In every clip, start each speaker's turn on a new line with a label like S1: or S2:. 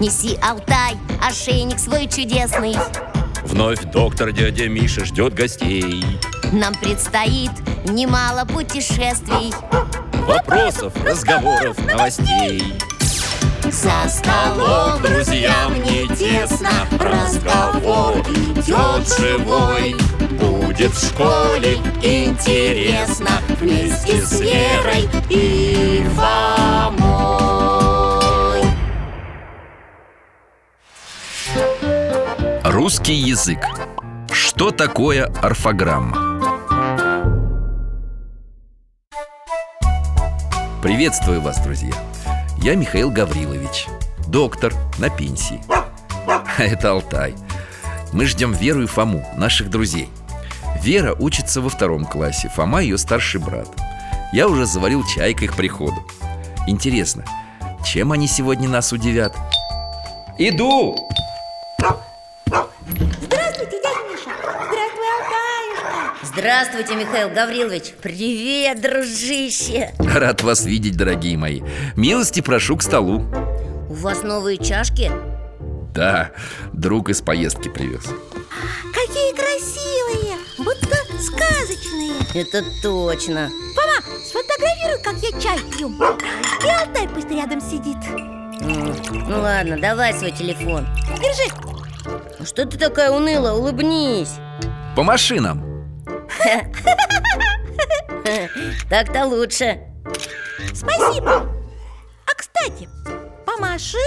S1: Неси, Алтай, ошейник свой чудесный
S2: Вновь доктор дядя Миша ждет гостей
S1: Нам предстоит немало путешествий
S2: Вопросов, разговоров, новостей
S1: За столом, друзья, мне тесно Разговор идет живой
S2: Будет в
S1: школе интересно Вместе с Верой и Фомой
S3: Русский язык. Что такое орфограмма? Приветствую вас, друзья. Я Михаил Гаврилович, доктор на пенсии. А это Алтай. Мы ждем Веру и Фому, наших друзей. Вера учится во втором классе, Фома ее старший брат. Я уже заварил чай к их приходу. Интересно, чем они сегодня нас удивят? Иду!
S4: Здравствуйте, дядя Миша! Здравствуй, Алтаюшка!
S5: Здравствуйте, Михаил Гаврилович Привет, дружище
S3: Рад вас видеть, дорогие мои Милости прошу к столу
S5: У вас новые чашки?
S3: Да, друг из поездки привез
S4: Какие красивые! Будто сказочные!
S5: Это точно
S4: Мама, сфотографируй, как я чай пью И Алтай пусть рядом сидит
S5: М, Ну ладно, давай свой телефон
S4: Держи,
S5: Ну Что ты такая уныла? Улыбнись
S3: По машинам
S5: Так-то лучше
S4: спасибо! А, кстати, помаши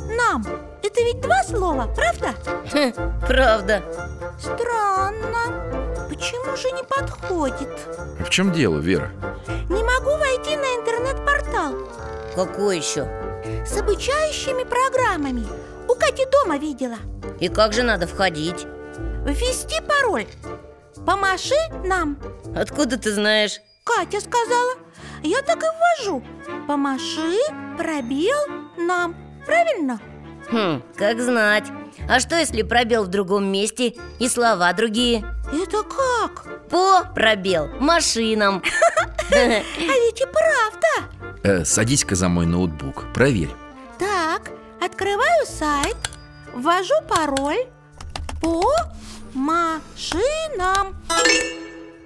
S4: нам! Это ведь два слова, правда?
S5: Хм, Правда
S4: Странно Почему же не подходит?
S3: В чем дело, Вера?
S4: Не могу войти на интернет-портал
S5: Какой еще?
S4: С обучающими программами У Кати дома видела
S5: И как же надо входить?
S4: Ввести пароль Помаши нам
S5: Откуда ты знаешь?
S4: Катя сказала Я так и ввожу Помаши, пробел, нам Правильно?
S5: Хм, как знать А что, если пробел в другом месте и слова другие?
S4: Это как?
S5: По пробел машинам
S4: А ведь и правда
S3: Э, Садись-ка за мой ноутбук, проверь
S4: Так, открываю сайт Ввожу пароль По машинам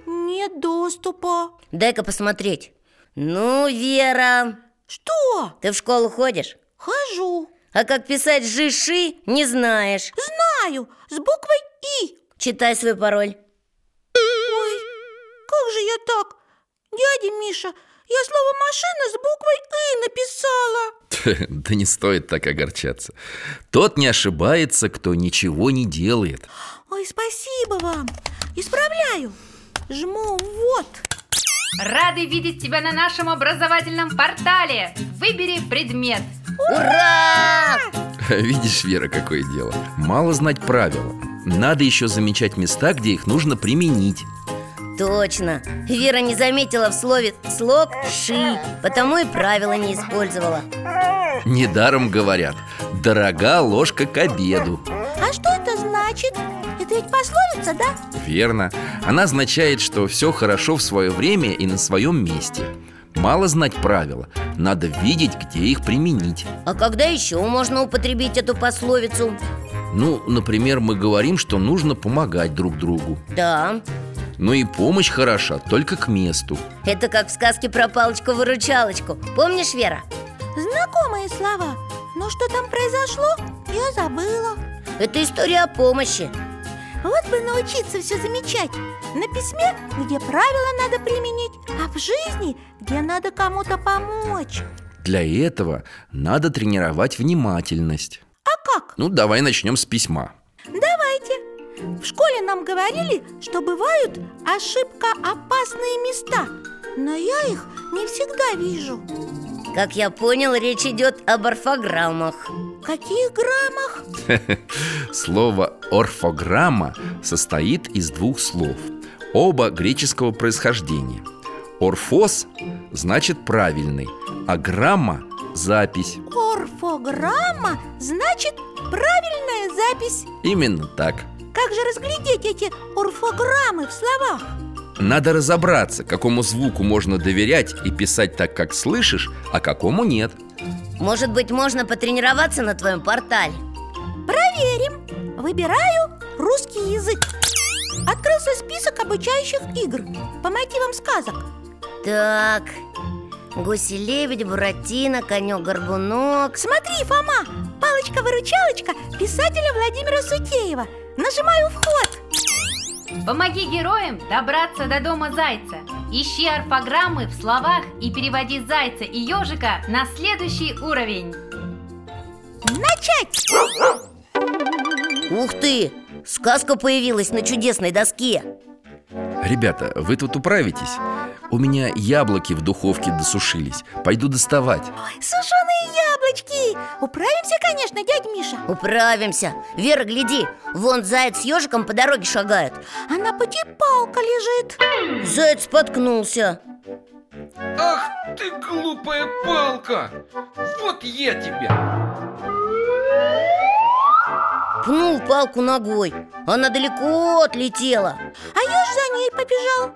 S4: Нет доступа
S5: Дай-ка посмотреть Ну, Вера,
S4: Что?
S5: ты в школу ходишь?
S4: Хожу
S5: А как писать жиши, не знаешь
S4: Знаю, с буквой И
S5: Читай свой пароль
S4: Ой, как же я так? Дядя Миша, я слово «машина» с буквой «и» написала
S3: Тьфу, Да не стоит так огорчаться Тот не ошибается, кто ничего не делает
S4: Ой, спасибо вам Исправляю Жму «вот»
S6: Рады видеть тебя на нашем образовательном портале! Выбери предмет!
S5: Ура!
S3: Видишь, Вера, какое дело Мало знать правила Надо еще замечать места, где их нужно применить
S5: Точно! Вера не заметила в слове слог «ши», потому и правила не использовала
S3: Недаром говорят Дорога ложка к обеду
S4: А что это значит? Это ведь пословица, да?
S3: Верно. Она означает, что все хорошо в свое время и на своем месте. Мало знать правила, надо видеть, где их применить.
S5: А когда еще можно употребить эту пословицу?
S3: Ну, например, мы говорим, что нужно помогать друг другу.
S5: Да,
S3: Но и помощь хороша, только к месту.
S5: это как в сказке про палочку-выручалочку Помнишь, Вера?
S4: Знакомые слова Но что там произошло, я забыла
S5: Это история о помощи
S4: Вот бы научиться все замечать На письме, где правила надо применить А в жизни, где надо кому-то помочь
S3: Для этого надо тренировать внимательность.
S4: А как?
S3: Ну, давай начнем с письма.
S4: Давайте. В школе нам говорили, что бывают ошибка опасные места, но я их не всегда вижу.
S5: Как я понял, речь идет об орфограммах
S4: В каких граммах?
S3: Слово орфограмма состоит из двух слов, оба греческого происхождения. Орфос значит правильный, а грамма запись.
S4: Орфограмма значит правильная запись.
S3: Именно так.
S4: Как же разглядеть эти орфограммы в словах?
S3: Надо разобраться, какому звуку можно доверять и писать так, как слышишь, а какому нет.
S5: Может быть, можно потренироваться на твоем портале?
S4: Проверим. Выбираю русский язык. Открылся список обучающих игр по мотивам сказок.
S5: Так, гуси-лебедь, буратино, конек-горбунок
S4: Смотри, Фома, палочка-выручалочка писателя Владимира Сутеева. Нажимаю вход.
S6: Помоги героям добраться до дома зайца. Ищи орфограммы в словах и переводи зайца и ежика на следующий уровень.
S4: Начать!
S5: Ух ты! Сказка появилась на чудесной доске
S3: Ребята, вы тут управитесь? У меня яблоки в духовке досушились Пойду доставать
S4: Сушеные яблочки! Управимся, конечно, дядь Миша.
S5: Управимся Вера, гляди, вон заяц с ежиком по дороге шагает
S4: А на пути палка лежит.
S5: Заяц споткнулся
S7: Ах ты глупая палка! Вот я тебя!
S5: Пнул палку ногой Она далеко отлетела
S4: А еж за ней побежал.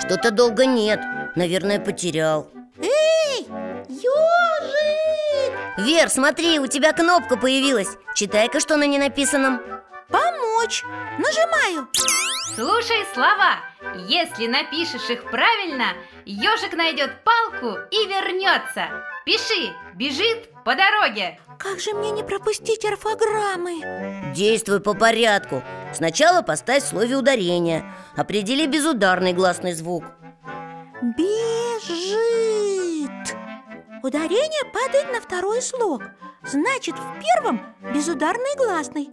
S5: Что-то долго нет Наверное, потерял
S4: Эй, ежик!
S5: Вер, смотри, у тебя кнопка появилась Читай-ка, что на ней написано
S4: Помочь! Нажимаю.
S6: Слушай слова. Если напишешь их правильно, ежик найдет палку и вернется. Пиши, бежит по дороге.
S4: Как же мне не пропустить орфограммы?
S5: Действуй по порядку Сначала поставь в слове ударение Определи безударный гласный звук
S4: Бежит Ударение падает на второй слог Значит, в первом безударный гласный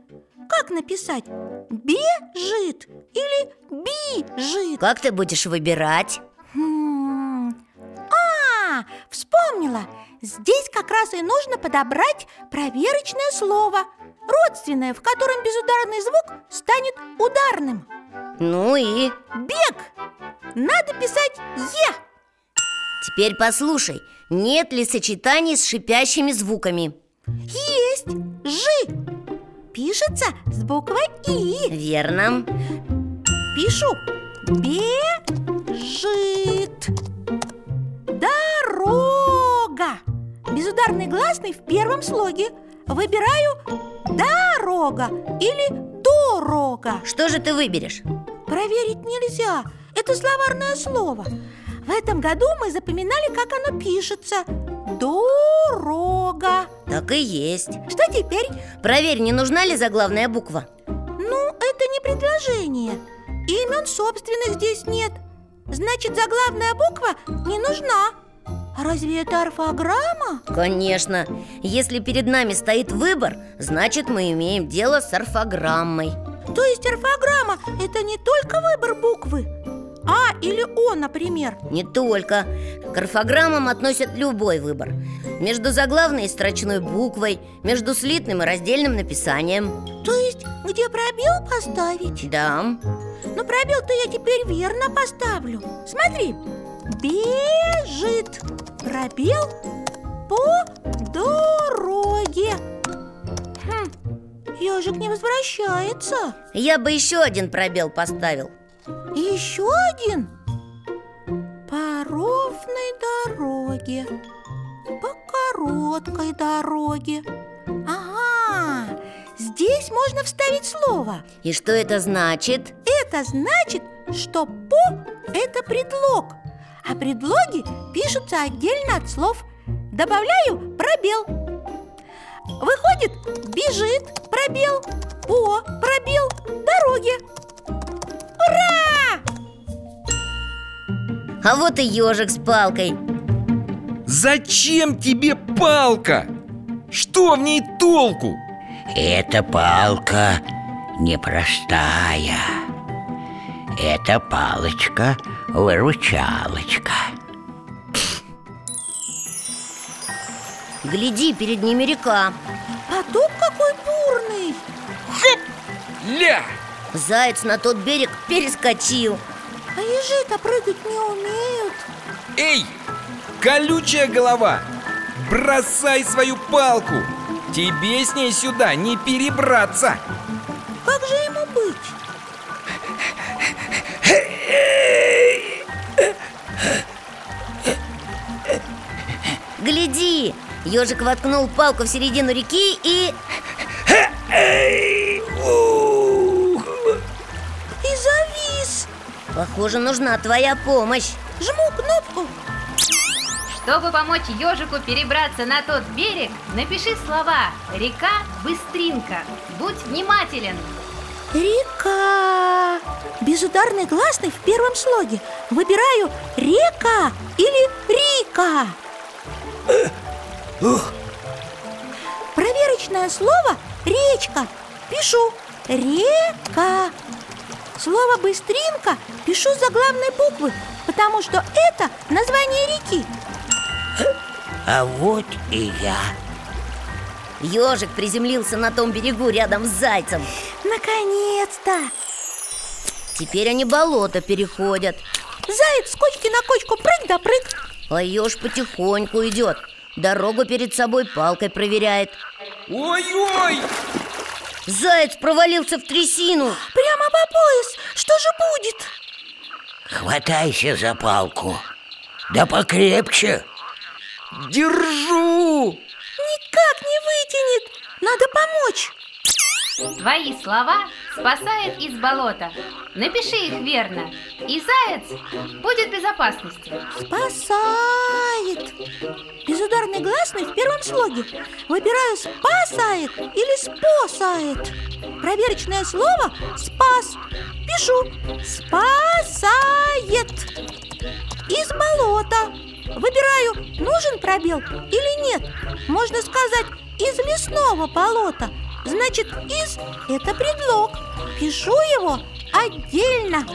S4: Как написать? Бежит или бижит?
S5: Как ты будешь выбирать?
S4: Хм. А, вспомнила Здесь как раз и нужно подобрать проверочное слово Родственное, в котором безударный звук станет ударным
S5: Ну и
S4: Бег! Надо писать «е»
S5: теперь послушай Нет ли сочетаний с шипящими звуками?
S4: Есть Ж Пишется с буквой И
S5: Верно
S4: Пишу Бежит Дорога Безударный гласный в первом слоге Выбираю дорога или дорога
S5: Что же ты выберешь?
S4: Проверить нельзя Это словарное слово В этом году мы запоминали, как оно пишется Дорога
S5: Так и есть
S4: Что теперь?
S5: Проверь, не нужна ли заглавная буква
S4: Ну, это не предложение Имен собственных здесь нет Значит, заглавная буква не нужна А Разве это орфограмма?
S5: Конечно, если перед нами стоит выбор Значит, мы имеем дело с орфограммой
S4: То есть орфограмма – это не только выбор буквы А или О, например
S5: Не только К орфограммам относят любой выбор Между заглавной и строчной буквой Между слитным и раздельным написанием
S4: То есть, где пробел поставить?
S5: Да,
S4: Но Ну, пробел-то я теперь верно поставлю Смотри Бежит Пробел по дороге Хм, ежик не возвращается
S5: я бы еще один пробел поставил
S4: И еще один По ровной дороге По короткой дороге Ага, здесь можно вставить слово
S5: И что это значит?
S4: Это значит, что «по» – это предлог А предлоги пишутся отдельно от слов Добавляю пробел Выходит «бежит» пробел «по» пробел «дороге» Ура!
S5: А вот и ежик с палкой
S7: Зачем тебе палка? Что в ней толку?
S8: Эта палка непростая. Это палочка-выручалочка.
S5: Гляди, перед ними река
S4: Поток какой бурный!
S7: Ля!
S5: Заяц на тот берег перескочил
S4: А ежи-то прыгать не умеют
S7: Эй! Колючая голова! Бросай свою палку! Тебе с ней сюда не перебраться!
S4: Как же ему быть?
S5: Гляди, Ежик воткнул палку в середину реки и...
S4: И завис
S5: Похоже, нужна твоя помощь
S4: Жму кнопку
S6: Чтобы помочь ежику перебраться на тот берег, напиши слова «Река Быстринка». Будь внимателен!
S4: Река Безударный гласный в первом слоге Выбираю река или рика Проверочное слово речка Пишу река Слово «быстринка» пишу за главной буквы Потому что это название реки
S8: А вот и я.
S5: Ежик приземлился на том берегу рядом с зайцем
S4: Наконец-то!
S5: Теперь они болото переходят
S4: Заяц с кочки на кочку прыг да прыг
S5: А еж потихоньку идет Дорогу перед собой палкой проверяет
S7: Ой-ой!
S5: Заяц провалился в трясину
S4: Прямо по пояс, что же будет?
S8: Хватайся за палку. Да покрепче.
S7: Держу!
S4: Никак не вытянет, надо помочь
S6: Твои слова спасают из болота. Напиши их верно, и заяц будет в безопасности.
S4: Спасает Безударный гласный в первом слоге Выбираю спасает или спосает Проверочное слово спас Пишу спасает Из болота Выбираю нужен пробел или нет Можно сказать из лесного болота Значит из это предлог Пишу его отдельно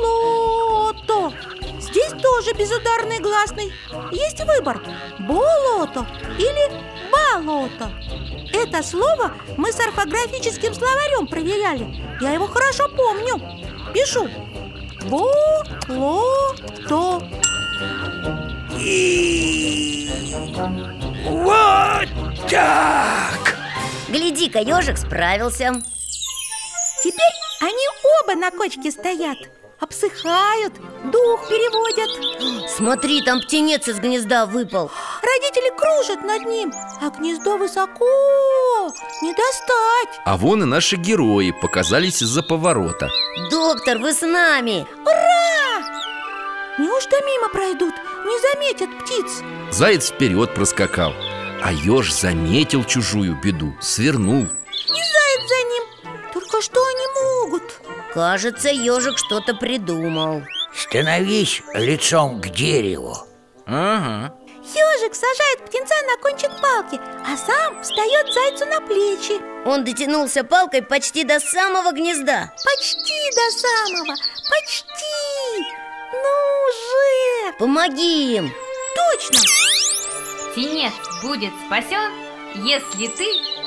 S4: Болото Здесь тоже безударный гласный Есть выбор Болото или болото Это слово мы с орфографическим словарем проверяли Я его хорошо помню Пишу Болото
S5: Гляди-ка, ежик справился
S4: Теперь они оба на кочке стоят Обсыхают, дух переводят
S5: Смотри, там птенец из гнезда выпал
S4: Родители кружат над ним А гнездо высоко Не достать
S3: А вон и наши герои показались из-за поворота
S5: Доктор, вы с нами
S4: Неужто мимо пройдут, не заметят птиц?
S3: Заяц вперед проскакал А еж заметил чужую беду, свернул
S4: Бежит за ним Только что они могут?
S5: Кажется, ежик что-то придумал
S8: Становись лицом к дереву.
S7: Ага.
S4: Ежик сажает птенца на кончик палки А сам встает зайцу на плечи
S5: Он дотянулся палкой почти до самого гнезда
S4: Почти до самого, почти Ну уже,
S5: Помоги им
S4: точно
S6: Тенец будет спасен, если ты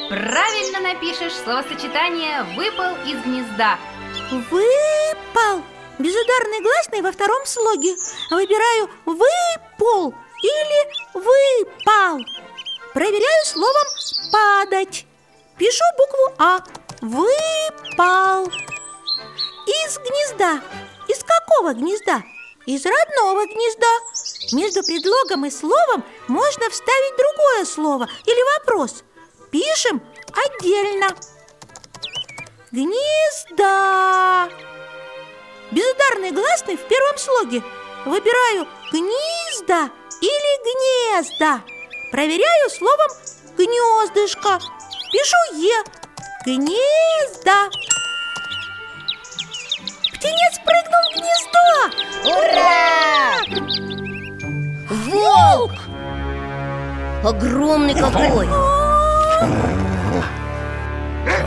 S6: правильно напишешь словосочетание «выпал из гнезда».
S4: Выпал Безударный гласный во втором слоге Выбираю выпал или выпал Проверяю словом падать Пишу букву А Выпал Из гнезда Из какого гнезда? Из родного гнезда Между предлогом и словом можно вставить другое слово или вопрос Пишем отдельно Гнезда Безударный гласный в первом слоге Выбираю гнезда или гнезда Проверяю словом гнездышко Пишу Е Гнезда Птенец прыгнул в гнездо
S5: Ура! Волк! Огромный какой!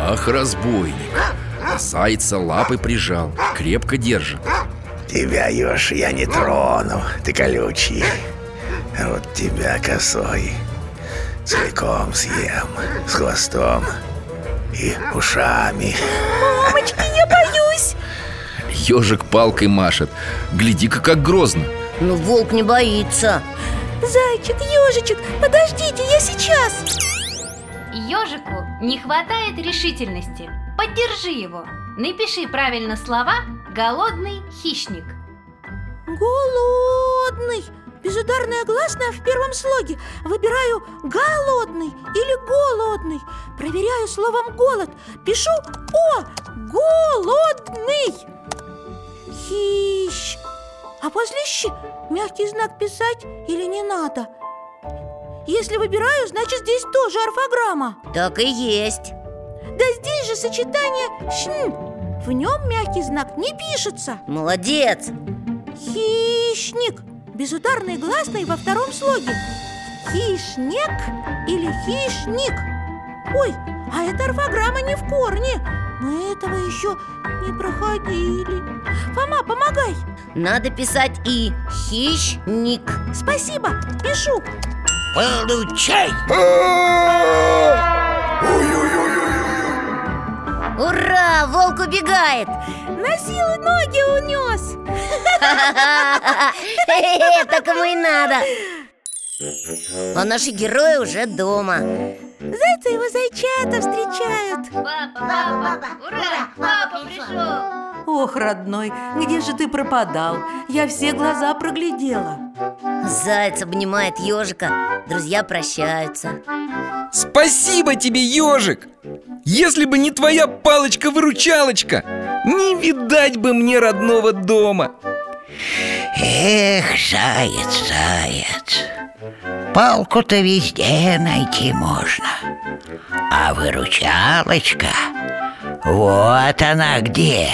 S3: Ах, разбойник А Зайца лапы прижал, крепко держит
S9: Тебя, Ёж, я не трону, ты колючий А вот тебя, косой, целиком съем С хвостом и ушами
S4: Мамочки, я боюсь
S3: Ежик палкой машет Гляди-ка, как грозно
S5: Но волк не боится
S4: Зайчик, ежичек, подождите, я сейчас
S6: Ежику не хватает решительности. Поддержи его. Напиши правильно слова «голодный хищник».
S4: Голодный Безударная гласная в первом слоге. Выбираю голодный или голодный. Проверяю словом голод. Пишу О, голодный. Хищ. А после щи мягкий знак писать или не надо? Если выбираю, значит здесь тоже орфограмма.
S5: Так и есть
S4: Да здесь же сочетание «шн». В нем мягкий знак не пишется.
S5: Молодец!
S4: Хищник Безударный гласный во втором слоге Хищник или хищник Ой, а эта орфограмма не в корне Мы этого еще не проходили Фома, помогай
S5: Надо писать и хищник
S4: Спасибо, пишу
S8: Получай!
S5: Ура! Волк убегает!
S4: На силу ноги унес
S5: Хе-хе-хе, Так ему и надо А наши герои уже дома
S4: Зайца его зайчата встречают
S6: Папа, папа, ура, папа пришел!
S1: Ох, родной, где же ты пропадал? Я все глаза проглядела
S5: Заяц обнимает ежика Друзья прощаются
S7: Спасибо тебе, ежик! Если бы не твоя палочка-выручалочка, не видать бы мне родного дома.
S8: Эх, заяц, заяц Палку-то везде найти можно А выручалочка Вот она где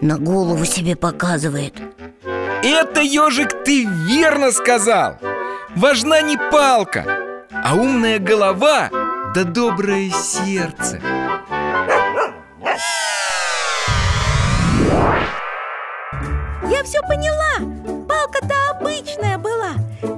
S5: На голову себе показывает
S7: Это, ежик, ты верно сказал. Важна не палка, а умная голова да доброе сердце.
S4: Я все поняла Палка-то обычная была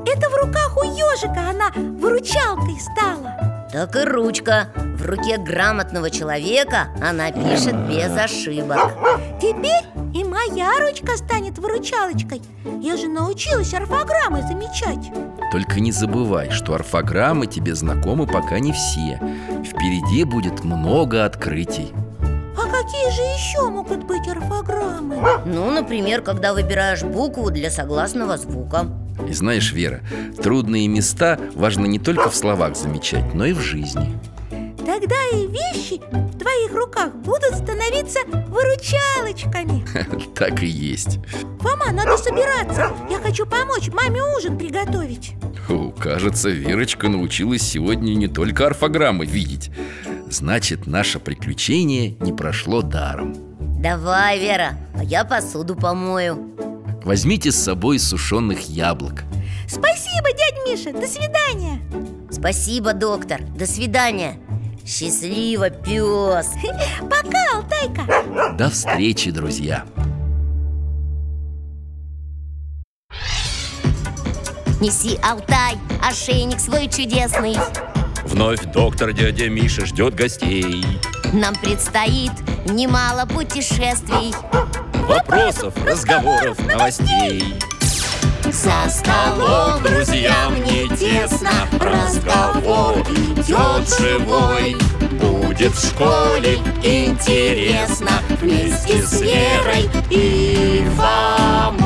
S4: Это в руках у ежика она выручалкой стала
S5: Так и ручка В руке грамотного человека Она пишет без ошибок
S4: Теперь и моя ручка станет выручалочкой Я же научилась орфограммы замечать
S3: Только не забывай, что орфограммы тебе знакомы пока не все Впереди будет много открытий
S4: А какие же еще могут быть орфограммы?
S5: Ну, например, когда выбираешь букву для согласного звука
S3: И знаешь, Вера, трудные места важно не только в словах замечать, но и в жизни
S4: Тогда и вещи в твоих руках будут становиться выручалочками
S3: Так и есть
S4: Фома, надо собираться Я хочу помочь маме ужин приготовить
S3: Фу, Кажется, Верочка научилась сегодня не только орфограммы видеть Значит, наше приключение не прошло даром
S5: Давай, Вера, а я посуду помою
S3: Возьмите с собой сушеных яблок
S4: Спасибо, дядь Миша, до свидания
S5: Спасибо, доктор, до свидания Счастливо, пес
S4: Пока, Алтайка
S3: До встречи, друзья!
S5: Неси, Алтай, ошейник свой чудесный
S2: Вновь доктор дядя Миша ждет гостей
S5: Нам предстоит немало путешествий
S2: Вопросов, разговоров, новостей
S1: За столом друзьям не тесно Разговор идет живой Будет в школе интересно Вместе с Верой и вам